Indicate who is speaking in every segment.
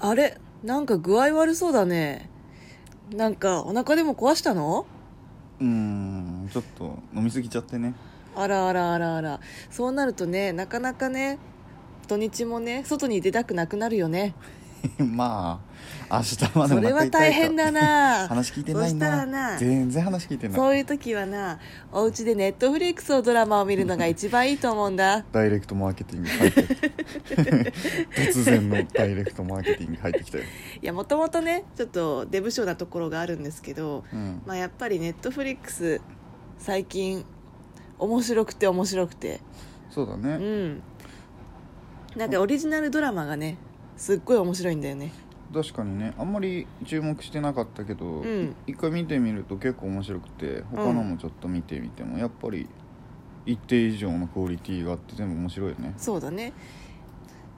Speaker 1: あれなんか具合悪そうだね。なんかお腹でも壊したの
Speaker 2: うーんちょっと飲みすぎちゃってね
Speaker 1: あらあらあらあら。そうなるとね、なかなかね、土日もね、外に出たくなくなるよね。
Speaker 2: まあ明日まで
Speaker 1: そ
Speaker 2: も
Speaker 1: れは大変だな
Speaker 2: 話聞いてないな
Speaker 1: そしたらな
Speaker 2: 全然話聞いてない
Speaker 1: そういう時はな、お家でネットフリックスのドラマを見るのが一番いいと思うんだ。
Speaker 2: ダイレクトマーケティング入って きた突然のダイレクトマーケティング入って きたよ、
Speaker 1: いや、もともとね、ちょっと出不精なところがあるんですけど、
Speaker 2: うん
Speaker 1: まあやっぱりネットフリックス、最近、面白くて面白くて。
Speaker 2: そうだ
Speaker 1: う
Speaker 2: ね
Speaker 1: ん。なんかオリジナルドラマがね、すっごい面白いんだよね。
Speaker 2: 確かにねあんまり注目してなかったけど、
Speaker 1: うん
Speaker 2: 一回見てみると結構面白くて他のもちょっと見てみても、やっぱり一定以上のクオリティがあって全部面白いよね
Speaker 1: そうだね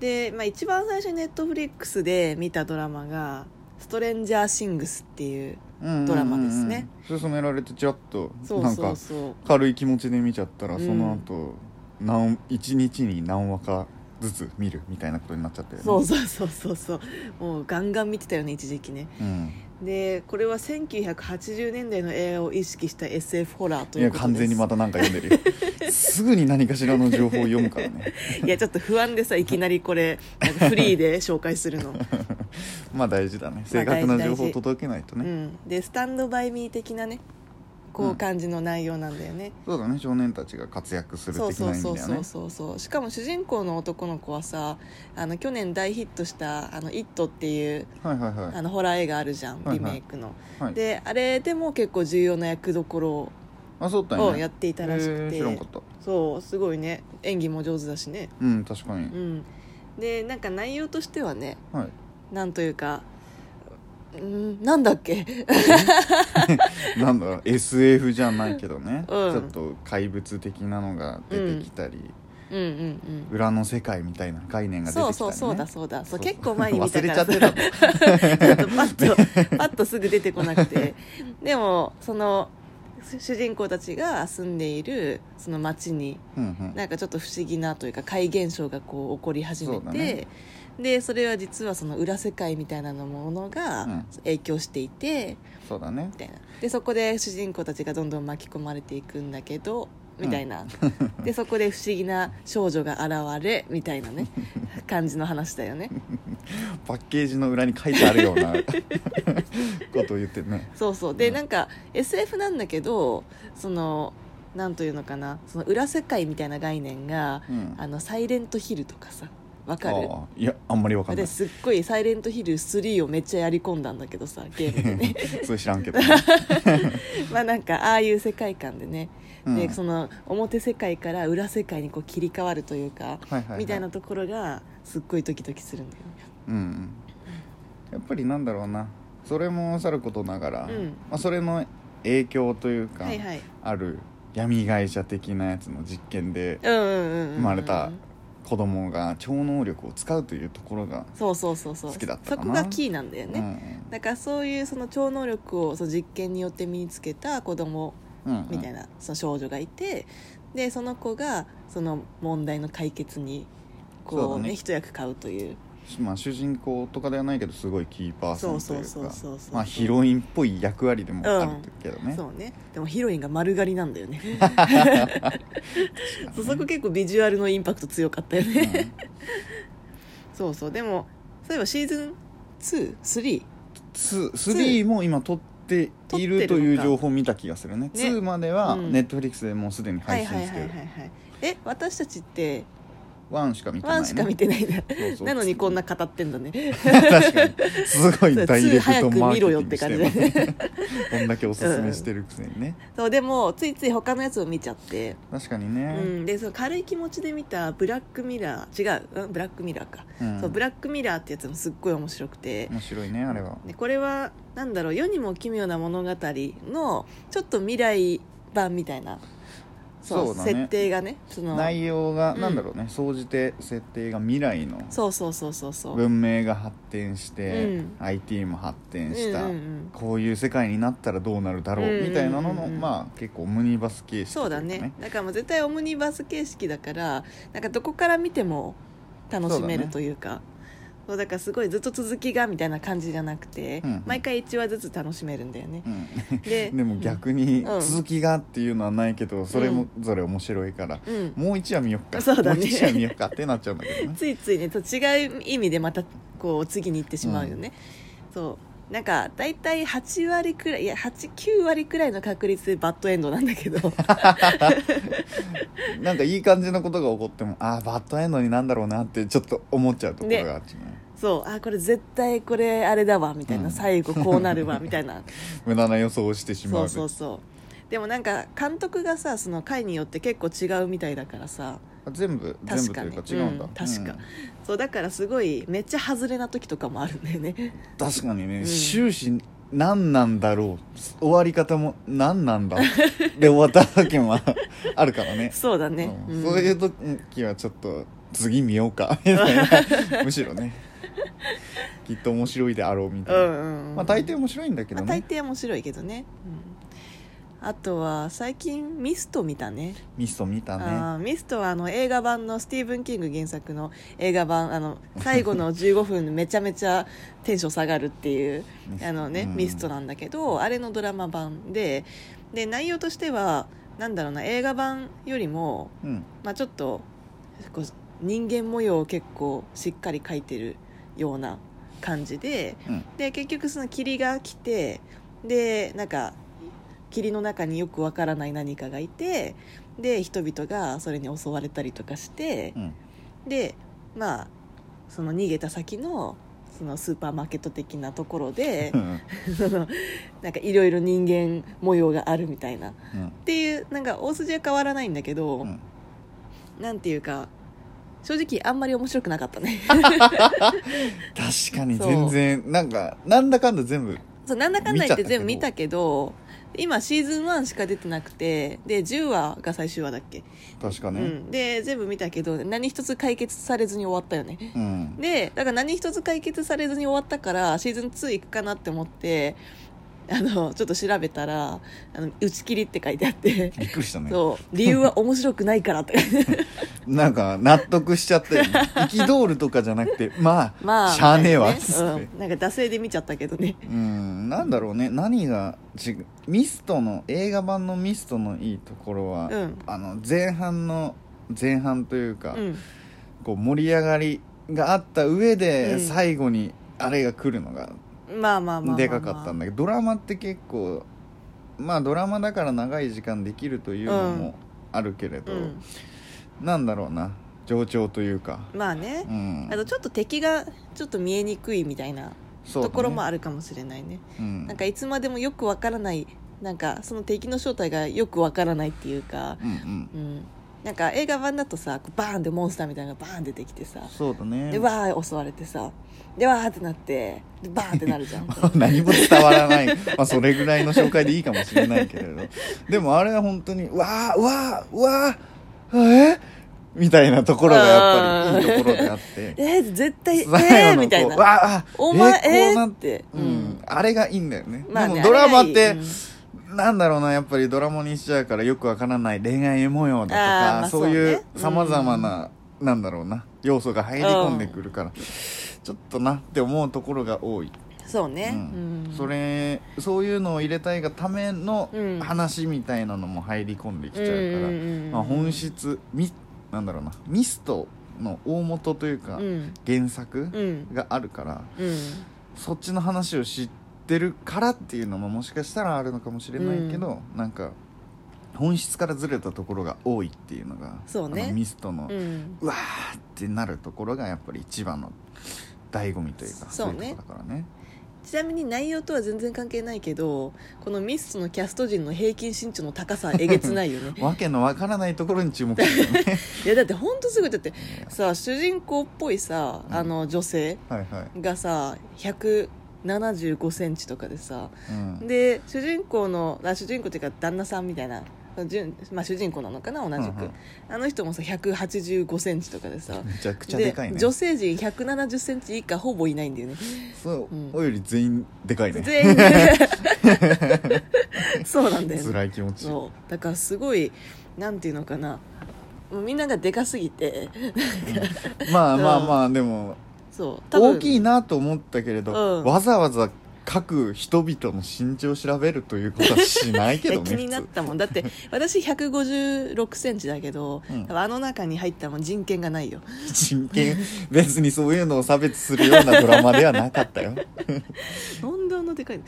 Speaker 1: で、まあ、一番最初にネットフリックスで見たドラマが「ストレンジャー・シングス」っていうド
Speaker 2: ド
Speaker 1: ラマですね
Speaker 2: 勧められてちらっと
Speaker 1: そう
Speaker 2: なん
Speaker 1: そう
Speaker 2: か
Speaker 1: そう
Speaker 2: 軽い気持ちで見ちゃったら、
Speaker 1: うん
Speaker 2: その後何一日に何話かずつ見るみたいなことになっちゃって、ね、
Speaker 1: そうそうそうそうそうもうガンガン見てたよね一時期ね
Speaker 2: うん、
Speaker 1: でこれは1980年代の映画を意識した SF ホラーと
Speaker 2: い
Speaker 1: いう
Speaker 2: や
Speaker 1: こと
Speaker 2: 完
Speaker 1: です
Speaker 2: 全にまた何か読んでる よすぐに何かしらの情報を読むからね
Speaker 1: いやちょっと不安でさいきなりこれなんかフリーで紹介するの、
Speaker 2: まあ大事だね正確な情報
Speaker 1: 大
Speaker 2: を
Speaker 1: 事
Speaker 2: 届けないと
Speaker 1: う
Speaker 2: ね、
Speaker 1: ん、で「スタンド・バイ・ミー」的なねこう感じの内容なんだよね、
Speaker 2: そうだね少年たちが活躍する
Speaker 1: そう
Speaker 2: 的
Speaker 1: そ
Speaker 2: な
Speaker 1: う
Speaker 2: 意味だ
Speaker 1: そう
Speaker 2: よね
Speaker 1: そうそうそうしかも主人公の男の子はさあの去年大ヒットした「あのイット!」っていう
Speaker 2: はいはいは
Speaker 1: あのホラー映画あるじゃん
Speaker 2: はいはい
Speaker 1: リメイクの、
Speaker 2: い、はい、
Speaker 1: であれでも結構重要な役どころ
Speaker 2: あそうだよ
Speaker 1: を
Speaker 2: ね
Speaker 1: やっていたらしくて、
Speaker 2: えー知らんかった
Speaker 1: そうすごいね演技も上手だしね
Speaker 2: うん確か
Speaker 1: う
Speaker 2: に、
Speaker 1: んでなんか内容としてはね
Speaker 2: はい
Speaker 1: なんというかうんなんだっけ
Speaker 2: なんだ SF じゃないけどね、
Speaker 1: うん
Speaker 2: ちょっと怪物的なのが出てきたり、
Speaker 1: うんうんうん
Speaker 2: 裏の世界みたいな概念が出てきた
Speaker 1: そ
Speaker 2: り、
Speaker 1: う
Speaker 2: ね、
Speaker 1: そうそうだそうだそう
Speaker 2: そう
Speaker 1: 結構前に見たからさ
Speaker 2: 忘れち ゃって
Speaker 1: ちょっとパッ とパッとすぐ出てこなくてでもその主人公たちが住んでいるその町に
Speaker 2: うんうん
Speaker 1: なんかちょっと不思議なというか怪現象がこう起こり始め
Speaker 2: そうだ
Speaker 1: て、
Speaker 2: ね
Speaker 1: でそれは実はその裏世界みたいなのもの
Speaker 2: う
Speaker 1: が
Speaker 2: ん
Speaker 1: 影響していて、
Speaker 2: そうだね
Speaker 1: みたいなでそこで主人公たちがどんどん巻き込まれていくんだけどみたいな、でそこで不思議な少女が現れみたいなね感じの話だよね
Speaker 2: パッケージの裏に書いてあるようなことを言ってね
Speaker 1: そうそうで、
Speaker 2: うん
Speaker 1: なんか SF なんだけどそのなんというのかなその裏世界みたいな概念が、
Speaker 2: うん
Speaker 1: あのサイレントヒルとかさわかる
Speaker 2: ああいやあんまりわかんない
Speaker 1: 私すっごい「サイレントヒル3」をめっちゃやり込んだんだけどさゲームで ね
Speaker 2: それ知らんけどね、
Speaker 1: まあなんかああいう世界観でね、
Speaker 2: うん
Speaker 1: でその表世界から裏世界にこう切り替わるというか、
Speaker 2: はいはいはい
Speaker 1: みたいなところがすっごいドキドキするんだよね
Speaker 2: うんうんやっぱりなんだろうなそれもさることながら、
Speaker 1: うん
Speaker 2: まあ、それの影響というか、
Speaker 1: はいはい
Speaker 2: ある闇会社的なやつの実験で
Speaker 1: うんうんうんうん
Speaker 2: 生まれた子供が超能力を使うというところが、
Speaker 1: そうそうそうそう
Speaker 2: 好きだったかな
Speaker 1: そこがキーなんだよね、
Speaker 2: うん
Speaker 1: だからそういうその超能力をその実験によって身につけた子供
Speaker 2: うんうん
Speaker 1: みたいなその少女がいてでその子がその問題の解決にこ
Speaker 2: そうだ
Speaker 1: う
Speaker 2: ね
Speaker 1: ね一役買うという
Speaker 2: まあ、主人公とかではないけどすごいキーパーソンとい
Speaker 1: そう
Speaker 2: う
Speaker 1: そう
Speaker 2: か
Speaker 1: そうそうそう
Speaker 2: まあヒロインっぽい役割でもあるけどね、
Speaker 1: そうねでもヒロインが丸刈りなんだよ ねそうそこ結構ビジュアルのインパクト強かったよ
Speaker 2: う
Speaker 1: ね
Speaker 2: ん
Speaker 1: そうそうでもそういえばシーズン23
Speaker 2: ツー3も今撮っているという情報を見た気がするね
Speaker 1: 撮ってるのか
Speaker 2: 2までは
Speaker 1: うん
Speaker 2: ネットフリックスでもうすでに
Speaker 1: は
Speaker 2: 配
Speaker 1: い
Speaker 2: 信
Speaker 1: はい
Speaker 2: し
Speaker 1: は
Speaker 2: て
Speaker 1: いは
Speaker 2: る
Speaker 1: いはいえ私たちって
Speaker 2: 1しか見てない、
Speaker 1: 1
Speaker 2: ね、
Speaker 1: しか見てないんだ
Speaker 2: そうそう
Speaker 1: なのにこんな語ってんだね
Speaker 2: 確かにすご い
Speaker 1: そう
Speaker 2: ダイレク
Speaker 1: 早
Speaker 2: ト
Speaker 1: く
Speaker 2: マー
Speaker 1: 見
Speaker 2: ケテ
Speaker 1: ろ
Speaker 2: ィ
Speaker 1: よっ
Speaker 2: ング
Speaker 1: て
Speaker 2: して
Speaker 1: 感じ
Speaker 2: る
Speaker 1: だね
Speaker 2: こんだけおすすめしてるくせにね、
Speaker 1: そうでもついつい他のやつを見ちゃって、
Speaker 2: 確かに
Speaker 1: う
Speaker 2: ね、
Speaker 1: ん、でその軽い気持ちで見た「ブラックミラー」違う、うん、ブラックミラーか、
Speaker 2: うん
Speaker 1: そうブラックミラーってやつもすっごい面白くて、
Speaker 2: 面白いねあれは
Speaker 1: でこれはなんだろう世にも奇妙な物語のちょっと未来版みたいなそう
Speaker 2: そうだね
Speaker 1: 設定がねその
Speaker 2: 内容が
Speaker 1: うん
Speaker 2: なんだろうね総じて設定が未来の
Speaker 1: そうそうそうそうそう
Speaker 2: 文明が発展して、
Speaker 1: うん
Speaker 2: IT も発展した、
Speaker 1: うんうんうん
Speaker 2: こういう世界になったらどうなるだろ
Speaker 1: うんうんうんう
Speaker 2: うんみたいなのの、まあ結構オムニバス形式とい
Speaker 1: そうだねだからもう絶対オムニバス形式だからなんかどこから見ても楽しめ
Speaker 2: そうだ
Speaker 1: る
Speaker 2: ね
Speaker 1: というかそうだからすごいずっと続きがみたいな感じじゃなくて、
Speaker 2: うんうん
Speaker 1: 毎回1話ずつ楽しめるんだよね
Speaker 2: う、ん
Speaker 1: で
Speaker 2: でも逆に
Speaker 1: うん
Speaker 2: 続きがっていうのはないけどそれもそれ面白いから、
Speaker 1: うん
Speaker 2: もう一話見よっか
Speaker 1: そうだね
Speaker 2: もう一話見よっかってなっちゃうんだ けどね
Speaker 1: ついついねと違う意味でまたこう次に行ってしまうよね、そうなんか大体8割くらいいや89割くらいの確率でバッドエンドなんだ けど
Speaker 2: なんかいい感じのことが起こってもああバッドエンドになんだろうなってちょっと思っちゃうところがあっちね
Speaker 1: そうあこれ絶対これあれだわみたいな、
Speaker 2: うん
Speaker 1: 最後こうなるわみたいな
Speaker 2: 無駄な予想をしてしま
Speaker 1: そううそうそうでもなんか監督がさその回によって結構違うみたいだからさ
Speaker 2: あ全部
Speaker 1: 確
Speaker 2: 全部と
Speaker 1: か
Speaker 2: い
Speaker 1: に
Speaker 2: うか違うんだ、
Speaker 1: うん確か
Speaker 2: うん
Speaker 1: そうだからすごいめっちゃ外れな時とかもあるんだよね
Speaker 2: 確かにね、
Speaker 1: うん
Speaker 2: 終始何なんだろう終わり方も何なんだ で終わった時もあるからね
Speaker 1: そうだね、
Speaker 2: うん
Speaker 1: うん
Speaker 2: そういう時はちょっと次見ようかみたいなむしろねきっと面白いであろうみた
Speaker 1: う
Speaker 2: いな、
Speaker 1: んうんうん
Speaker 2: まあ大抵面白いんだけど
Speaker 1: まあ、
Speaker 2: ね、
Speaker 1: 大抵面白いけどね、うん、あとは最近ミスト見たね
Speaker 2: ミスト見たね
Speaker 1: あーミストはあの映画版のスティーブン・キング原作の映画版あの最後の15分めちゃめちゃテンション下がるっていう
Speaker 2: ミス
Speaker 1: あのね、
Speaker 2: うん
Speaker 1: ミストなんだけどあれのドラマ版でで内容としてはなんだろうな映画版よりも、
Speaker 2: うん
Speaker 1: まあ、ちょっとこう人間模様を結構しっかり描いてるような感じで
Speaker 2: うん
Speaker 1: で結局その霧が来てでなんか霧の中によくわからない何かがいてで人々がそれに襲われたりとかして
Speaker 2: うん
Speaker 1: でまあその逃げた先のそのスーパーマーケット的なところで
Speaker 2: うん
Speaker 1: その なんかいろいろ人間模様があるみたいなっ
Speaker 2: うん
Speaker 1: ていうなんか大筋は変わらないんだけど、
Speaker 2: うん
Speaker 1: なんていうか正直あんまり面白くなかったね
Speaker 2: 確かに
Speaker 1: そう
Speaker 2: 全然なんかなんだかんだ全部
Speaker 1: そうなんだかんだ言って
Speaker 2: 見ちゃったけど
Speaker 1: 全部見たけど今シーズン1しか出てなくてで10話が最終話だっけ、
Speaker 2: 確か
Speaker 1: う
Speaker 2: ね
Speaker 1: ん、で全部見たけど何一つ解決されずに終わったよね
Speaker 2: うん、
Speaker 1: でだから何一つ解決されずに終わったからシーズン2行くかなって思ってあのちょっと調べたら「あの打ち切り」って書いてあって
Speaker 2: びっくりしたね
Speaker 1: そう理由は面白くない からって
Speaker 2: なんか納得しちゃっ たよね憤るとかじゃなくてまあ、
Speaker 1: まあ
Speaker 2: しゃあねえわっ
Speaker 1: み
Speaker 2: つった
Speaker 1: いな
Speaker 2: て、
Speaker 1: ねうん、なんか惰性で見ちゃったけどね
Speaker 2: うん、なんだろうね何が違うミストの映画版のミストのいいところは、
Speaker 1: うん
Speaker 2: あの前半の前半というか、
Speaker 1: うん
Speaker 2: こう盛り上がりがあった上で、
Speaker 1: うん
Speaker 2: 最後にあれが来るのが
Speaker 1: まあまあまあまあまあ
Speaker 2: でかかったんだけど、ドラマって結構まあドラマだから長い時間できるというの
Speaker 1: うん
Speaker 2: もあるけれど、
Speaker 1: うん、
Speaker 2: なんだろうな冗長というか、
Speaker 1: まあね
Speaker 2: う、ん
Speaker 1: あとちょっと敵がちょっと見えにくいみたいな
Speaker 2: そうだ
Speaker 1: と
Speaker 2: ね
Speaker 1: ころもあるかもしれないね
Speaker 2: うん
Speaker 1: なんかいつまでもよくわからないなんかその敵の正体がよくわからないっていうか、
Speaker 2: うんうん
Speaker 1: うん、なんか映画版だとさこうバーンってモンスターみたいなのがバーン出てきてさ
Speaker 2: そうだね
Speaker 1: でわー襲われてさでわーってなってでバーンってなるじ ゃん
Speaker 2: 何も伝わらない、まあ、それぐらいの紹介でいいかもしれないけれどでもあれは本当にわあわあわあえみたいなところがやっぱりいいところであって
Speaker 1: えー、絶対え
Speaker 2: 最後の
Speaker 1: ー、
Speaker 2: こう
Speaker 1: みたいな
Speaker 2: わあ
Speaker 1: お前
Speaker 2: え
Speaker 1: え
Speaker 2: こうな
Speaker 1: ー、
Speaker 2: っ
Speaker 1: って、
Speaker 2: うんあれがいいんだよね,、で
Speaker 1: ね
Speaker 2: もドラマ
Speaker 1: あ
Speaker 2: っ
Speaker 1: れ
Speaker 2: て
Speaker 1: がいいうん
Speaker 2: なんだろうなやっぱりドラマにしちゃうからよくわからない恋愛模様だと
Speaker 1: あー
Speaker 2: か、
Speaker 1: まあ
Speaker 2: そういう
Speaker 1: そ
Speaker 2: さ
Speaker 1: うね
Speaker 2: まざまな、なんだろうな要素が入り込んでくるから、ちょっとなって思うところが多い
Speaker 1: そうね、
Speaker 2: うん
Speaker 1: うん
Speaker 2: それそういうのを入れたいがための
Speaker 1: うん
Speaker 2: 話みたいなのも入り込んできちゃうから、
Speaker 1: んんうん
Speaker 2: まあ、本質みなんだろうなミストの大元というか、
Speaker 1: うん
Speaker 2: 原作
Speaker 1: うん
Speaker 2: があるから
Speaker 1: うん
Speaker 2: そっちの話を知ってるからっていうのももしかしたらあるのかもしれないけど、なんか本質からずれたところが多いっていうのが
Speaker 1: そうね
Speaker 2: あのミストの、
Speaker 1: うん
Speaker 2: うわーってなるところがやっぱり一番の醍醐味というか
Speaker 1: そうね
Speaker 2: いところだからね。
Speaker 1: ちなみに内容とは全然関係ないけどこのミストのキャスト陣の平均身長の高さえげつない よね
Speaker 2: わけのわからないところに注目してる ね
Speaker 1: いやだってほんとすごいだってさ主人公っぽいさ
Speaker 2: うん
Speaker 1: あの女性
Speaker 2: はいはい、
Speaker 1: がさ1 7 5ンチとかでさ
Speaker 2: うん、
Speaker 1: で主人公のあ主人公っていうか旦那さんみたいなじゅまあ、主人公なのかな同じく、
Speaker 2: うんうん
Speaker 1: あの人もさ1 8 5ンチとかでさ
Speaker 2: めちゃくちゃでかいね
Speaker 1: 女性陣1 7 0ンチ以下ほぼいないんだよね
Speaker 2: そう、
Speaker 1: うん
Speaker 2: おより全員でかいね
Speaker 1: 全員ねそうなんだよね
Speaker 2: 辛い気持ち
Speaker 1: そうだからすごいなんていうのかなもうみんながでかすぎて
Speaker 2: まあ
Speaker 1: うん
Speaker 2: まあまあ、でも
Speaker 1: そう多分
Speaker 2: 大きいなと思ったけれ
Speaker 1: う
Speaker 2: ど、
Speaker 1: ん
Speaker 2: わざわざ各人々の身長を調べるということはしな いけどね
Speaker 1: 気になったもんだって私1 5 6ンチだけど、
Speaker 2: うん
Speaker 1: 多分あの中に入ったもん人権がないよ
Speaker 2: 普通人権別にそういうのを差別するようなドラマではなかったよ
Speaker 1: なんであんなでかいの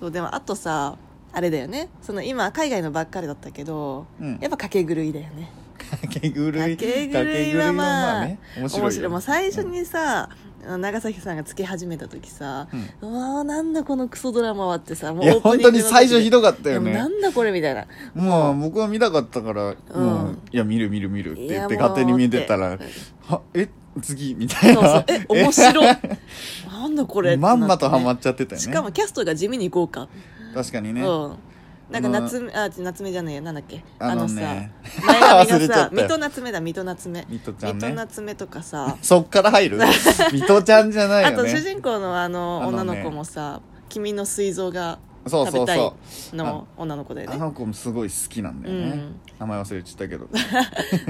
Speaker 1: そうでもあとさあれだよねその今海外のばっかりだったけど、
Speaker 2: うん
Speaker 1: やっぱ掛け狂いだよね
Speaker 2: 掛け狂い
Speaker 1: 掛け狂いはまあ
Speaker 2: 掛け狂いはまあね面白いよ
Speaker 1: 面白いもう最初にさ、長崎さんがつけ始めた時さ
Speaker 2: う
Speaker 1: 「
Speaker 2: ん
Speaker 1: うわーなんだこのクソドラマは」ってさも
Speaker 2: いや本当に最初ひどかったよ
Speaker 1: いや
Speaker 2: ね
Speaker 1: なんだこれみたいな
Speaker 2: もう僕は見たかったから、
Speaker 1: うん
Speaker 2: もういや見る見る見るって
Speaker 1: い
Speaker 2: 言
Speaker 1: や
Speaker 2: っ
Speaker 1: も
Speaker 2: て
Speaker 1: う
Speaker 2: 勝手に見てた
Speaker 1: っ
Speaker 2: ら
Speaker 1: て
Speaker 2: はえ次みたい
Speaker 1: そうそう
Speaker 2: な
Speaker 1: え面白いなんだこれってなっ
Speaker 2: ま
Speaker 1: て
Speaker 2: んまとハマっちゃってたよね
Speaker 1: しかもキャストが地味に豪華、
Speaker 2: 確かにね、
Speaker 1: うんなんか
Speaker 2: あの
Speaker 1: 夏目あ夏目じゃねえやなんだっけ
Speaker 2: あ
Speaker 1: あ
Speaker 2: の
Speaker 1: のさ
Speaker 2: ね
Speaker 1: 前髪が
Speaker 2: 忘れちゃっ
Speaker 1: さ
Speaker 2: たよ
Speaker 1: 水戸夏目だ水戸夏目
Speaker 2: 水戸ちゃんね
Speaker 1: 水戸夏目とかさ
Speaker 2: そっから 入る水戸ちゃんじゃない
Speaker 1: あ
Speaker 2: よ
Speaker 1: と
Speaker 2: ね
Speaker 1: 主人公のあの
Speaker 2: あの
Speaker 1: 女
Speaker 2: ね
Speaker 1: の子もさ君の膵臓が
Speaker 2: そう
Speaker 1: 食べ
Speaker 2: そう
Speaker 1: たい
Speaker 2: そう
Speaker 1: の女の子だよ
Speaker 2: あ
Speaker 1: ね
Speaker 2: の子もすごい好きなんだよね、
Speaker 1: うん
Speaker 2: 名前忘れちゃった けど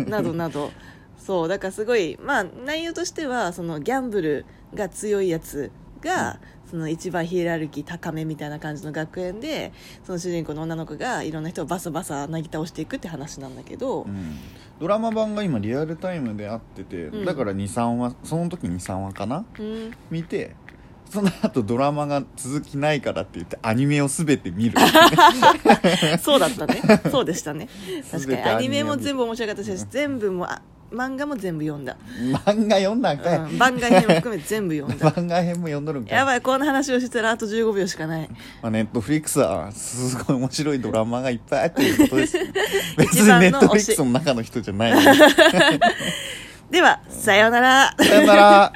Speaker 1: などなどそうだからすごいまあ内容としてはそのギャンブルが強いやつがその一番ヒエラルキー高めみたいな感じの学園でその主人公の女の子がいろんな人をバサバサなぎ倒していくって話なんだけど、
Speaker 2: うんドラマ版が今リアルタイムであってて、
Speaker 1: うん
Speaker 2: だから23話その時23話かな
Speaker 1: うん、
Speaker 2: 見てその後ドラマが続きないからって言ってアニメを全て 見る
Speaker 1: そうだった ねそうでしたね確かに
Speaker 2: 全て
Speaker 1: アニメも全
Speaker 2: 部
Speaker 1: 部面白かったし全部もあ漫画も全部読んだ、
Speaker 2: 漫画読んだんかい、
Speaker 1: うん、番外編も含めて全部読 んだ
Speaker 2: 漫画編も読んどるんかい
Speaker 1: やばいこんな話をしてたらあと15秒しかない
Speaker 2: まあ、ネットフリックスはすごい面白いドラマがいっぱいあっていうことです別
Speaker 1: 一
Speaker 2: に
Speaker 1: 番
Speaker 2: ネ
Speaker 1: の推し
Speaker 2: ットフリックスの中の人じゃないのに
Speaker 1: ではさようなら
Speaker 2: さよなら